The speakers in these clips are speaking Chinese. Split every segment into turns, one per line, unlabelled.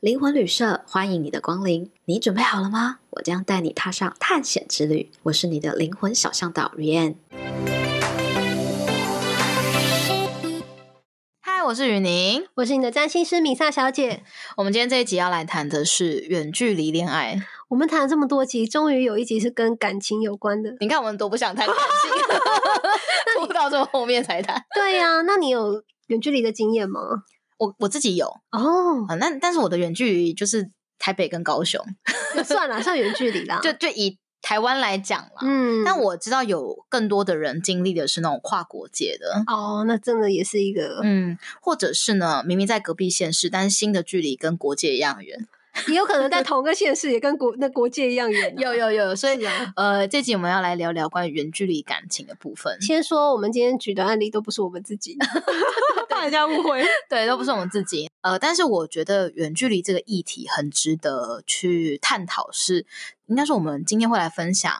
灵魂旅社欢迎你的光临，你准备好了吗？我将带你踏上探险之旅。我是你的灵魂小向导 Rian。
嗨，我是雨宁。
我是你的占星师米萨小姐。
我们今天这一集要来谈的是远距离恋爱。
我们谈了这么多集，终于有一集是跟感情有关的。
你看我们多不想谈感情， 拖到这么后面才谈。
对呀、那你有远距离的经验吗？
我我自己有
哦，
啊，那但是我的远距离就是台北跟高雄，
算了，算远距离啦。
就就以台湾来讲啦。
嗯，
但我知道有更多的人经历的是那种跨国界的，
哦，那真的也是一个，
嗯，或者是呢，明明在隔壁县市，但是新的距离跟国界一样远。
也有可能在同个县市，也跟国那国界一样远、
有。有有，所以、
是啊
呃，这集我们要来聊聊关于远距离感情的部分。
先说我们今天举的案例都不是我们自己， 怕人家误会。
对，都不是我们自己。呃，但是我觉得远距离这个议题很值得去探讨是，应该说我们今天会来分享。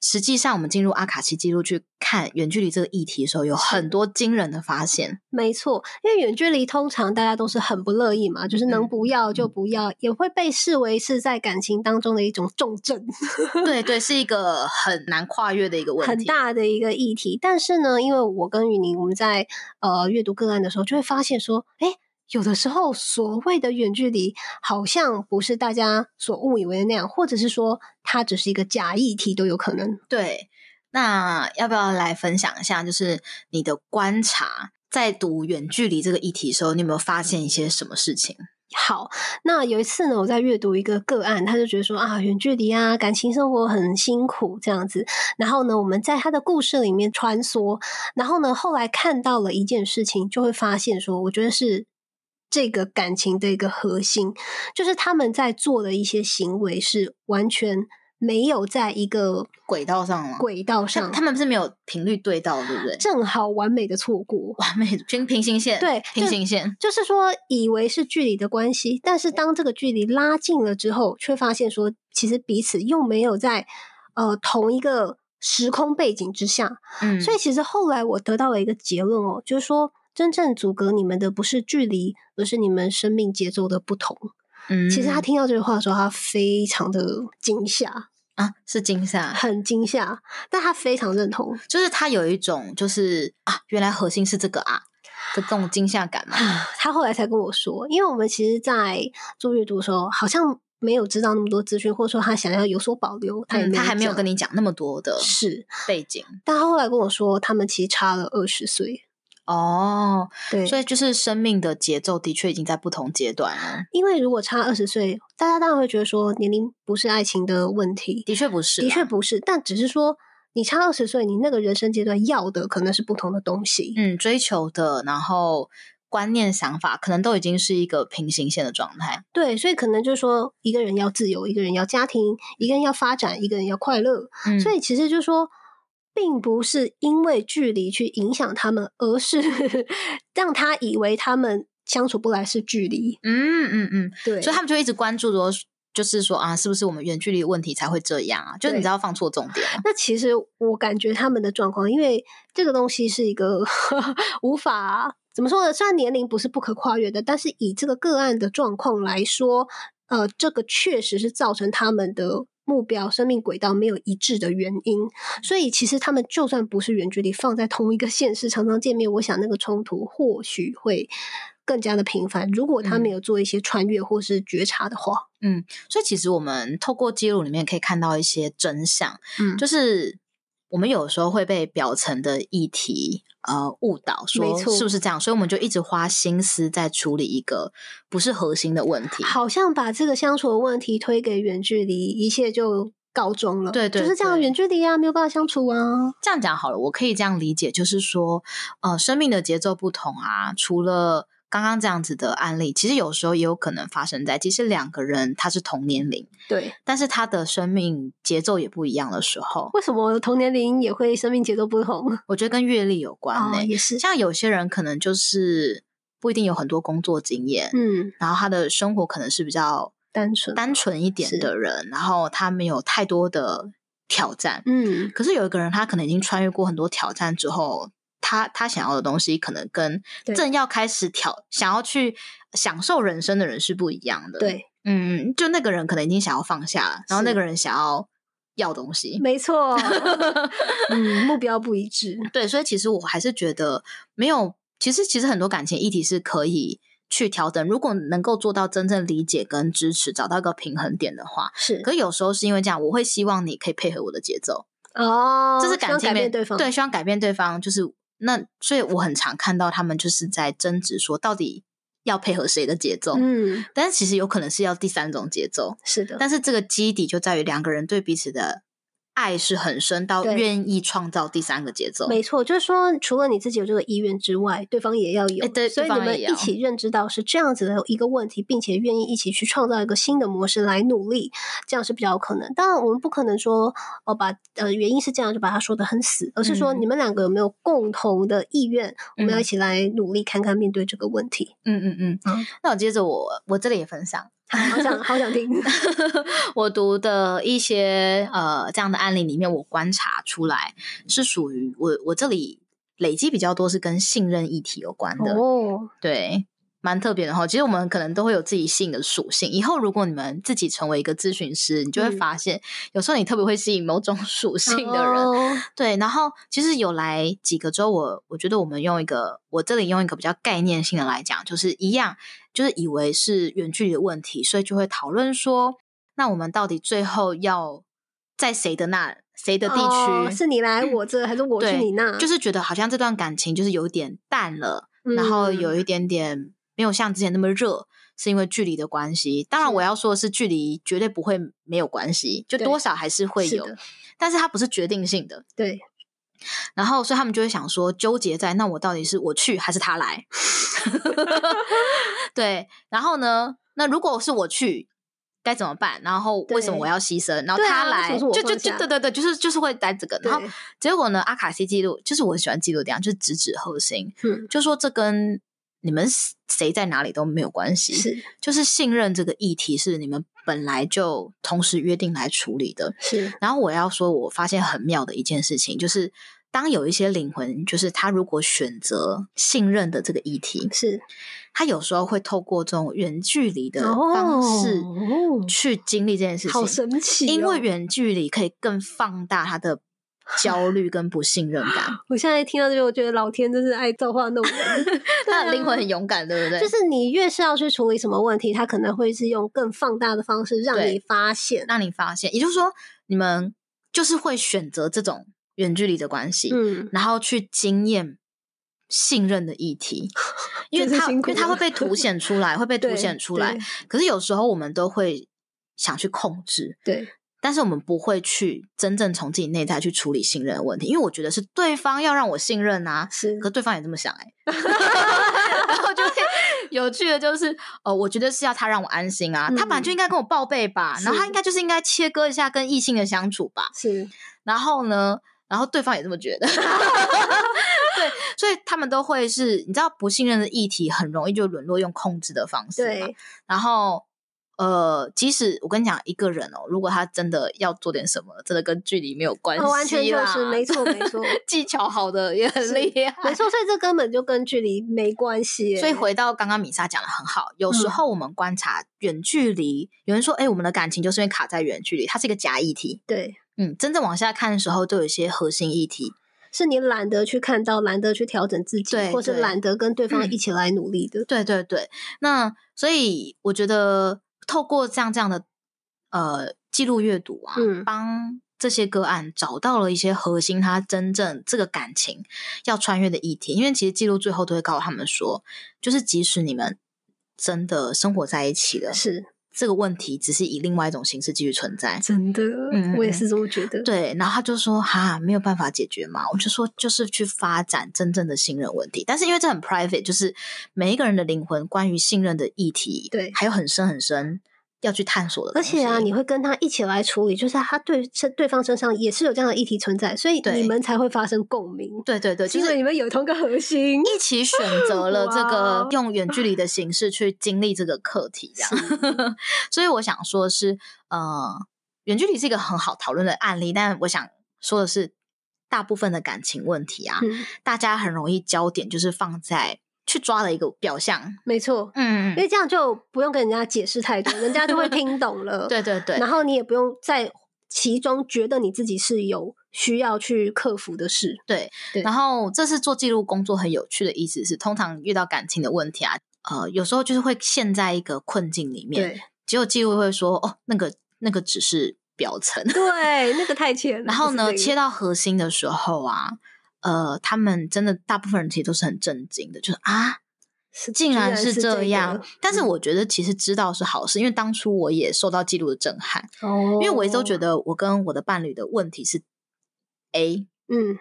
实际上，我们进入阿卡西记录去看远距离这个议题的时候，有很多惊人的发 现。
没错，因为远距离通常大家都是很不乐意嘛，就是
嗯
能不要就不要，也会被视为是在感情当中的一种重症。
对对，是一个很难跨越的一个问题，
很大的一个议题。但是呢，因为我跟雨宁我们在呃阅读个案的时候，就会发现说，哎，有的时候所谓的远距离，好像不是大家所误以为的那样，或者是说它只是一个假议题都有可能。
对，那要不要来分享一下，就是你的观察，在读远距离这个议题的时候，你有没有发现一些什么事情？
好，那有一次呢，我在阅读一个个案，他就觉得说啊，远距离啊，感情生活很辛苦这样子。然后呢，我们在他的故事里面穿梭，然后呢，后来看到了一件事情，就会发现说，我觉得是这个感情的一个核心，就是他们在做的一些行为是完全没有在一个
轨道上吗？
轨道
他
上，
他们是没有频率对到，对不对？
正好完美的错过。
完美均平行线，
对
平
就
行线，
就是说，以为是距离的关系，但是当这个距离拉近了之后，却发现说，其实彼此又没有在呃同一个时空背景之下。
嗯，
所以，其实后来我得到了一个结论哦，就是说，真正阻隔你们的不是距离，而是你们生命节奏的不同。
嗯
其实他听到这句话的时候，他非常的惊吓，
啊是惊吓，
很惊吓，但他非常认同。
就是他有一种就是啊，原来核心是这个啊的这种惊吓感嘛，
他后来才跟我说，因为我们其实，在做阅读的时候，好像没有知道那么多资讯，或者说他想要有所保留，他也
嗯
没
他
有、
还没有跟
你
你讲那么多的
是，
背景
但他后来跟我说，他们其实差了二十岁，
哦，
对，
所以就是生命的节奏的确已经在不同阶段了，
因为如果差二十岁，大家当然会觉得说年龄不是爱情的问题，
的确不是，
的确，不是，但只是说你差二十岁，你那个人生阶段要的可能是不同的东西，
嗯，追求的，然后观念想法可能都已经是一个平行线的状态，
对，所以可能就是说一个人要自由，一个人要家庭，一个人要发展，一个人要快乐，
嗯，
所以其实就是说，并不是因为距离去影响他们，而是 让他以为他们相处不来是距离。
嗯嗯嗯，
对，
所以他们就一直关注说，就是说啊，是不是我们远距离问题才会这样啊？就你
对
知道放错重点了。
那其实我感觉他们的状况，因为这个东西是一个 无法怎么说呢？虽然年龄不是不可跨越的，但是以这个个案的状况来说，呃，这个确实是造成他们的。目标、生命轨道没有一致的原因，所以其实他们就算不是远距离，放在同一个县市常常见面，我想那个冲突或许会更加的频繁。如果他没有做一些穿越或是觉察的话，
所以其实我们透过记录里面可以看到一些真相，
嗯
就是我们有时候会被表层的议题呃误导，
没
说
错
是不是这样？所以我们就一直花心思在处理一个不是核心的问题。
好像把这个相处的问题推给远距离，一切就告终了。
对对
就是这样，
对
远距离啊，没有办法相处啊。
这样讲好了，我可以这样理解，就是说，呃，生命的节奏不同啊，除了。刚刚这样子的案例，其实有时候也有可能发生在其实两个人他是同年龄，
对，
但是他的生命节奏也不一样的时候，
为什么同年龄也会生命节奏不同？
我觉得跟阅历有关呢、
哦，也是，
像有些人可能就是不一定有很多工作经验，
嗯，
然后他的生活可能是比较
单纯，
单纯一点
是
的人，然后他没有太多的挑战。
嗯，
可是有一个人，他可能已经穿越过很多挑战之后，他他想要的东西，可能跟
对
正要开始挑想要去享受人生的人是不一样的。，
对，
嗯，就那个人可能已经想要放下了，然后
是
那个人想要要东西。
没错，嗯，目标不一致，
对，所以其实我还是觉得没有，其实其实很多感情议题是可以去调整，如果能够做到真正理解跟支持，找到一个平衡点的话。
是
可有时候是因为这样，我会希望你可以配合我的节奏，
哦，
这是
希
感
望
情
改
没
变对方，
对，希望改变对方，就是那，所以我很常看到他们就是在争执说到底要配合谁的节奏，
嗯，
但是其实有可能是要第三种节奏，
是的，
但是这个基底就在于两个人对彼此的爱是很深，到
对
愿意创造第三个节奏。
没错，就是说，除了你自己有这个意愿之外，对方也要有，
哎对
所以
对
你
方
们
也要
一起认知到是这样子的一个问题，并且愿意一起去创造一个新的模式来努力，这样是比较有可能。当然，我们不可能说哦，把呃原因是这样就把它说的很死，而是说
嗯
你们两个有没有共同的意愿，我们
嗯
要一起来努力看看面对这个问题。
嗯嗯嗯。
嗯
那我接着我我这里也分享，
好想好想听，
我读的一些呃这样的案例里面，我观察出来是属于我我这里累积比较多是跟信任议题有关的。
哦，
对，蛮特别的哈。其实我们可能都会有自己性的属性。以后如果你们自己成为一个咨询师，你就会
嗯
发现，有时候你特别会吸引某种属性的人。
哦
对，然后其实有来几个之后，我我觉得我们用一个，我这里用一个比较概念性的来讲，就是一样，就是以为是远距离的问题，所以就会讨论说，那我们到底最后要在谁的那谁的地区？
哦是你来我这，还是我去
对
你那？
就是觉得好像这段感情就是有点淡了，然后有
一
一点点没有像之前那么热，是因为距离的关系。当然，
是
我要说的是，距离绝对不会没有关系，就
对
多少还是会
是
有
的，
但是它不是决定性的。
对，
然后，所以他们就会想说，纠结在那我到底是我去还是他来？ 对，然后呢？那如果是我去。该怎么办？然后为什么
对
我要牺牲？然后
对
他
啊为什
来，
么是我
就就
放
就
下
对对对，就是就是会带这个。然后
对
结果呢？阿卡西记录就是我喜欢记录这样，就是直指核心。
嗯，
就说这跟你们谁谁在哪里都没有关系，
是
就是信任这个议题是你们本来就同时约定来处理的。
是，
然后我要说，我发现很妙的一件事情，就是当有一些灵魂，就是他如果选择信任的这个议题，
是
他有时候会透过这种远距离的
哦
方式去经历这件事情，
好神奇、哦！
因为远距离可以更放大他的焦虑跟不信任感。
我现在听到这边，我觉得老天真是爱造化弄人。对
他的灵魂
啊
很勇敢， 对不对？
就是你越是要去处理什么问题，他可能会是用更放大的方式让
对
你发现。
让你发现，也就是说，你们就是会选择这种远距离的关系，
嗯，
然后去经验信任的议 题，因为
真是
它
辛
因
苦
为它
了
会被凸显出来，会 被凸
对
显出来
对。
可是有时候我们都会想去控制，
对，
但是我们不会去真正从自己内在去处理信任的问题，因为我觉得是对方要让我信任啊，
是
可对方也这么想哎、 然后就会有趣的就是，哦，我觉得是要他让我安心啊，他本来就
嗯
应该跟我报备吧，然后他
是
应该就是应该切割一下跟异性的相处吧，
是，
然后呢，然后对方也这么觉得， 对，所以他们都会是，你知道不信任的议题很容易就沦落用控制的方式，
对，，
然后。呃，即使我跟你讲，一个人哦，如果他真的要做点什么，真的跟距离没有关系啦，
哦完全就是没错没 错
技巧好的也很
是
厉害，
没错，所以这根本就跟距离没关系耶。
所以回到刚刚米莎讲的很好，有时
嗯
候我们观察远距离，有人说，哎、我们的感情就是因为卡在远距离，它是一个假议题。
对，
嗯，真正往下看的时候，都有一些核心议题。
是你懒得去看到，懒得去调整自己，
对
或是
对
懒得跟对方
嗯
一起来努力的。
对对对，那所以我觉得透过这样这样的呃记录阅读啊，
嗯
帮这些个案找到了一些核心，他真正这个感情要穿越的议题。因为其实记录最后都会告诉他们说，就是即使你们真的生活在一起了，
是
这个问题只是以另外一种形式继续存在。
真的，
嗯
我也
嗯
是这么觉得。
对，然后他就说哈，没有办法解决嘛。我就说就是去发展真正的信任问题，但是因为这很 private，就是每一个人的灵魂关于信任的议题，
对
还有很深很深要去探索的
而
东西。
且啊，你会跟他一起来处理，就是他对身对方身上也是有这样的议题存在，所以
对
你们才会发生共鸣，
对对对，
是
就
因为
是
你们有同个核心。
一起选择了这
哇
个
哦
用远距离的形式去经历这个课题，这样。 所以我想说的是，呃，远距离是一个很好讨论的案例，但我想说的是，大部分的感情问题啊，
嗯，
大家很容易焦点就是放在去抓了一个表象，
没错，
嗯
因，为这样就不用跟人家解释太多，人家就会听懂了。
对对对
然，后你也不用在其中觉得你自己是有需要去克服的事。对
然后这次做记录工作很有趣的意思是，通常遇到感情的问题啊，呃，有时候就是会陷在一个困境里面，
对
结果记录会说，哦，那个那个只是表层，
对，那个太浅了。
然后呢，
不是
切
这个
到核心的时候啊，呃，他们真的大部分人其实都是很震惊的，就是啊，
是
竟然是
这
这
个
样。但是
嗯
我觉得其实知道是好事，因为当初我也受到记录的震撼，
哦，
因为我一直都觉，得我跟我的伴侣的问题是 A，
嗯，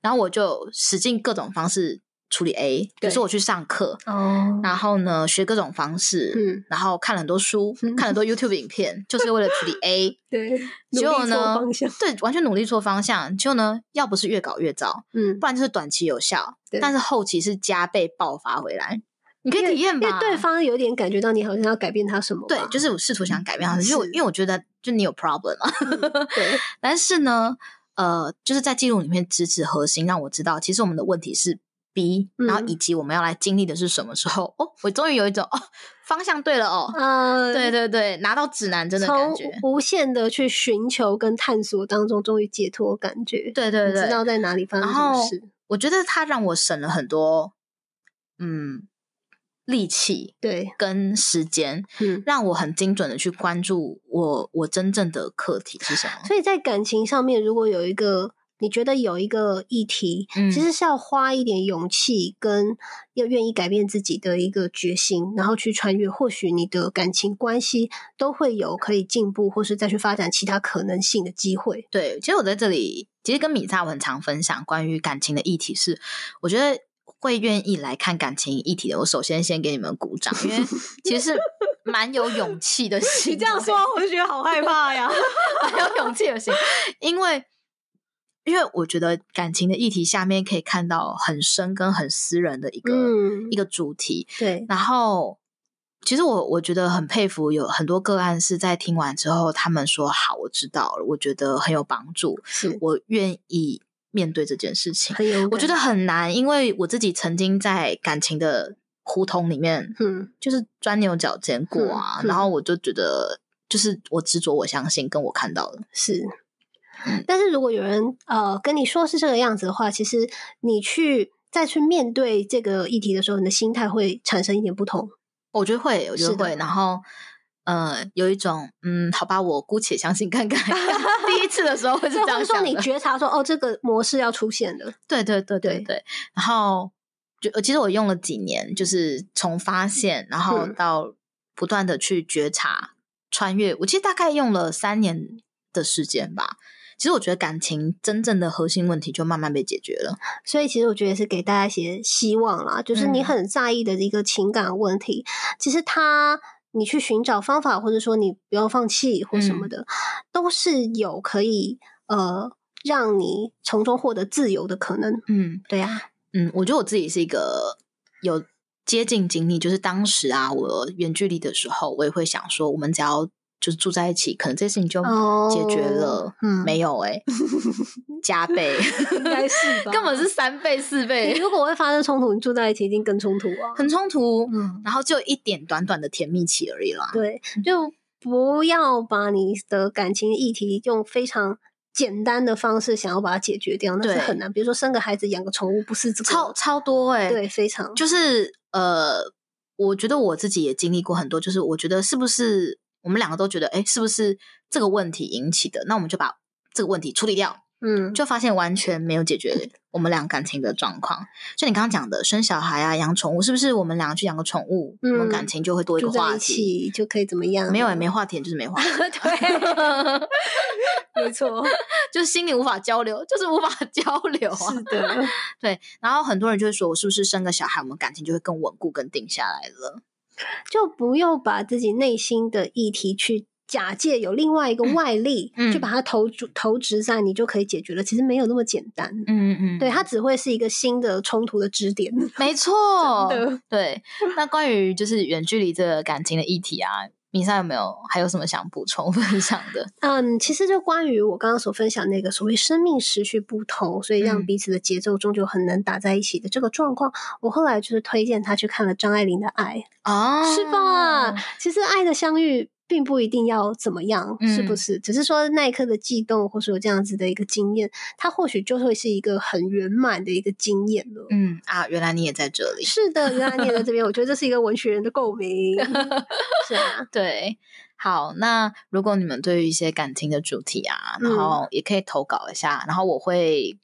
然后我就使劲各种方式处理 A，比
对
如说我去上课，
哦，
然后呢学各种方式，
嗯，
然后看了很多书，
嗯
看了很多 YouTube 影片，就是为了处理 A。
对，
结果
努力错
呢
方向，
对，完全努力错方向。结果呢，要不是越搞越糟，
嗯，
不然就是短期有效
对，
但是后期是加倍爆发回来。你可以体验
因
吧，
为对方有点感觉到你好像要改变他什么吧，
对，就是我试图想改变他，因为我
嗯是嗯
因为我觉得就你有 problem 啊，
对，
但是呢，呃，就是在记录里面直指核心，让我知道其实我们的问题是 B，、
嗯
然后以及我们要来经历的是什么时候。哦，我终于有一种哦方向对了哦，
呃，
对对对，拿到指南针的
从
感觉。
无限的去寻求跟探索当中，终于解脱，感觉
对对
你
对，
知道在哪里发生
然
什么
后
事，
我觉得它让我省了很多，嗯，力气
对，
跟时间，
嗯。
让我很精准的去关注我我真正的课题是什么。
所以在感情上面，如果有一个你觉得有一个议题，
嗯
其实是要花一点勇气，跟要愿意改变自己的一个决心，然后去穿越，或许你的感情关系都会有可以进步，或是再去发展其他可能性的机会。
对，其实我在这里，其实跟米萨我很常分享关于感情的议题是，我觉得会愿意来看感情议题的，我首先先给你们鼓掌，因为其实是 蛮有勇气 的行为。
我就觉得好害怕呀。
蛮有勇气的行为，因为因为我觉得感情的议题下面可以看到很深跟很私人的一个、
嗯
一，个主题，
对，
然后，其实我我觉得很佩服，有很多个案是在听完之后，他们说好，我知道了，我觉得很有帮助，
是
我愿意面对这件事情。
很有感，
我觉得很难，因为我自己曾经在感情的胡同里面，
嗯，
就是钻牛角尖过啊，
嗯嗯
然后我就觉得。就是我执着，我相信，跟我看到的，
是
嗯。
但是如果有人呃跟你说是这个样子的话，其实你去再去面对这个议题的时候，你的心态会产生一点不同。
我觉得会，我觉
是
得
的
会。然后，呃，有一种，嗯，好吧，我姑且相信看看。 第一次的时候会是
所以
这
或
样
者说
想
你
的。
觉察说哦，这个模式要出现了，
对对对对
对
对。然后就呃其实我用了几年，就是从发现，然后
嗯
到不断的去觉察、穿越。我其实大概用了三年的时间吧。其实我觉得感情真正的核心问题就慢慢被解决了。
所以其实我觉得也是给大家一些希望啦，就是你
嗯
很在意的一个情感问题，其实它你去寻找方法，或者说你不要放弃或什么
嗯
的，都是有可以呃让你从中获得自由的可能。
嗯
对啊，
嗯，我觉得我自己是一个有接近经历，就是当时啊，我远距离的时候，我也会想说，我们只要就是住在一起，可能这事情就
哦
解决了。
嗯
没有 哎、加倍。
应该是 吧
根本是三倍四
你
倍，
如果会发生冲突，你住在一起一定更冲突啊。
很冲突。
嗯，
然后就一点短短的甜蜜期而已啦。
对，就不要把你的感情议题用非常简单的方式想要把它解决掉，那是
对
很难。比如说生个孩子、养个宠物，不是这个
超超多哎、
对，非常
就是呃，我觉得我自己也经历过很多，就是我觉得是不是我们两个都觉得，哎，是不是这个问题引起的？那我们就把这个问题处理掉，
嗯，
就发现完全没有解决我们俩感情的状况。就你刚刚讲的，生小孩啊，养宠物，是不是我们两个去养个宠物，我
嗯
们感情就会多一嗯
住
个
在
话
一
题？
起就可以怎么样？
没有也欸啊没话题，就是没话题。
对， 没错，
就是心里无法交流，就是无法交流啊
是。的，
对，然后很多人就会说，我是不是生个小孩，我们感情就会更稳固、更定下来了？
就不要把自己内心的议题去。假借有另外一个外力，
嗯
去把它投注投掷在你就可以解决了，其实没有那么简单。
嗯嗯，
对，，它只会是一个新的冲突的支点。
没错
真的，
对。那关于就是远距离这个感情的议题啊，米莎有没有还有什么想补充 分享的？
嗯，其实就关于我刚刚所分享那个所谓生命时序不同，所以让
嗯
彼此的节奏终究很难打在一起的这个状况，我后来就是推荐他去看了张爱玲的《爱
哦》，
是吧？其实爱的相遇并不一定要怎么样，是不
嗯
是？只是说那一刻的悸动，或是有这样子的一个经验，它或许就会是一个很圆满的一个经验了。
嗯啊，原来你也在这里。
是的，原来念在这边，我觉得这是一个文学人的共鸣。是 啊，
对，好，那如果你们对于一些感情的主题啊，然
嗯
后也可以投稿一下，然后我会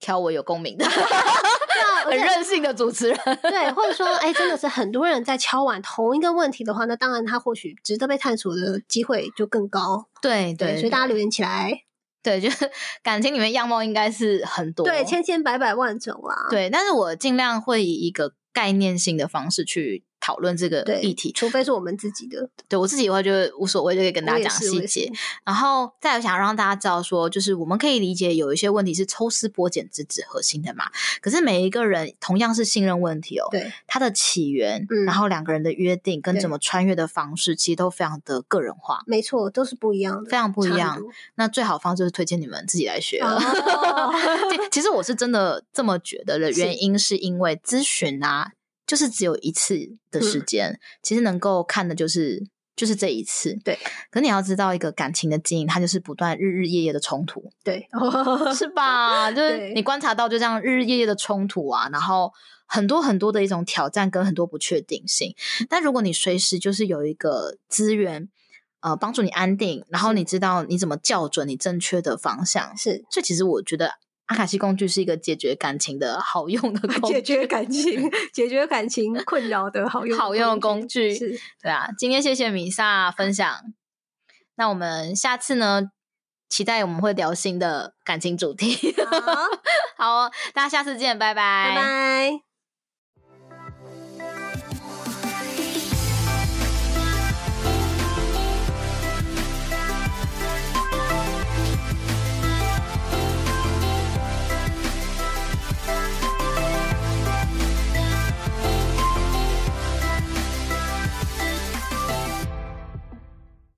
挑我有共鸣的、
对啊，
很任性的主持人。
对，或者说，哎，真的是很多人在敲碗同一个问题的话，那当然他或许值得被探索的机会就更高。
对
对，
对，
所以大家留言起来，
对，就是 感情里面样貌应该是很多。
对，千千百百万种啦。
对，但是我尽量会以一个概念性的方式去讨论这个
对，
议题。
除非是我们自己的，
对我自己的话，就无所谓，就可以跟大
我
家
也
讲
是我
细
也
节
是。
然后再有想让大家知道说，就是我们可以理解有一些问题是抽丝剥茧、直指核心的嘛。可是每一个人同样是信任问题哦，
对，
它的起源，
嗯
然后两个人的约定跟
对
怎么穿越的方式，其实都非常的个人化。
没错，都是不一样的，
非常不一
差很
样
多。
那最好方就是推荐你们自己来学了。
哦
其其实我是真的这么觉得的，
是
原因是因为咨询啊，就是只有一次的
嗯
时间，其实能够看的就是就是这一次。
对，
可你要知道，一个感情的经营，它就是不断日日夜夜的冲 突，
对，
是吧？就是
对
你观察到，就这样日日夜夜的冲突啊，然后很多很多的一种挑战跟很多不确定性。
嗯
但如果你随时就是有一个资源。呃，帮助你安定，然后你知道你怎么校准你正确的方向，
是
所以其实我觉得阿卡西工具是一个解决感情的好用 的工
解
具。
决感情、解决感情困扰的好用
好用的工具
是，
对啊，今天谢谢米萨分享，那我们下次呢，期待我们会聊新的感情主题。
好，
好哦，大家下次见，拜拜，
拜拜。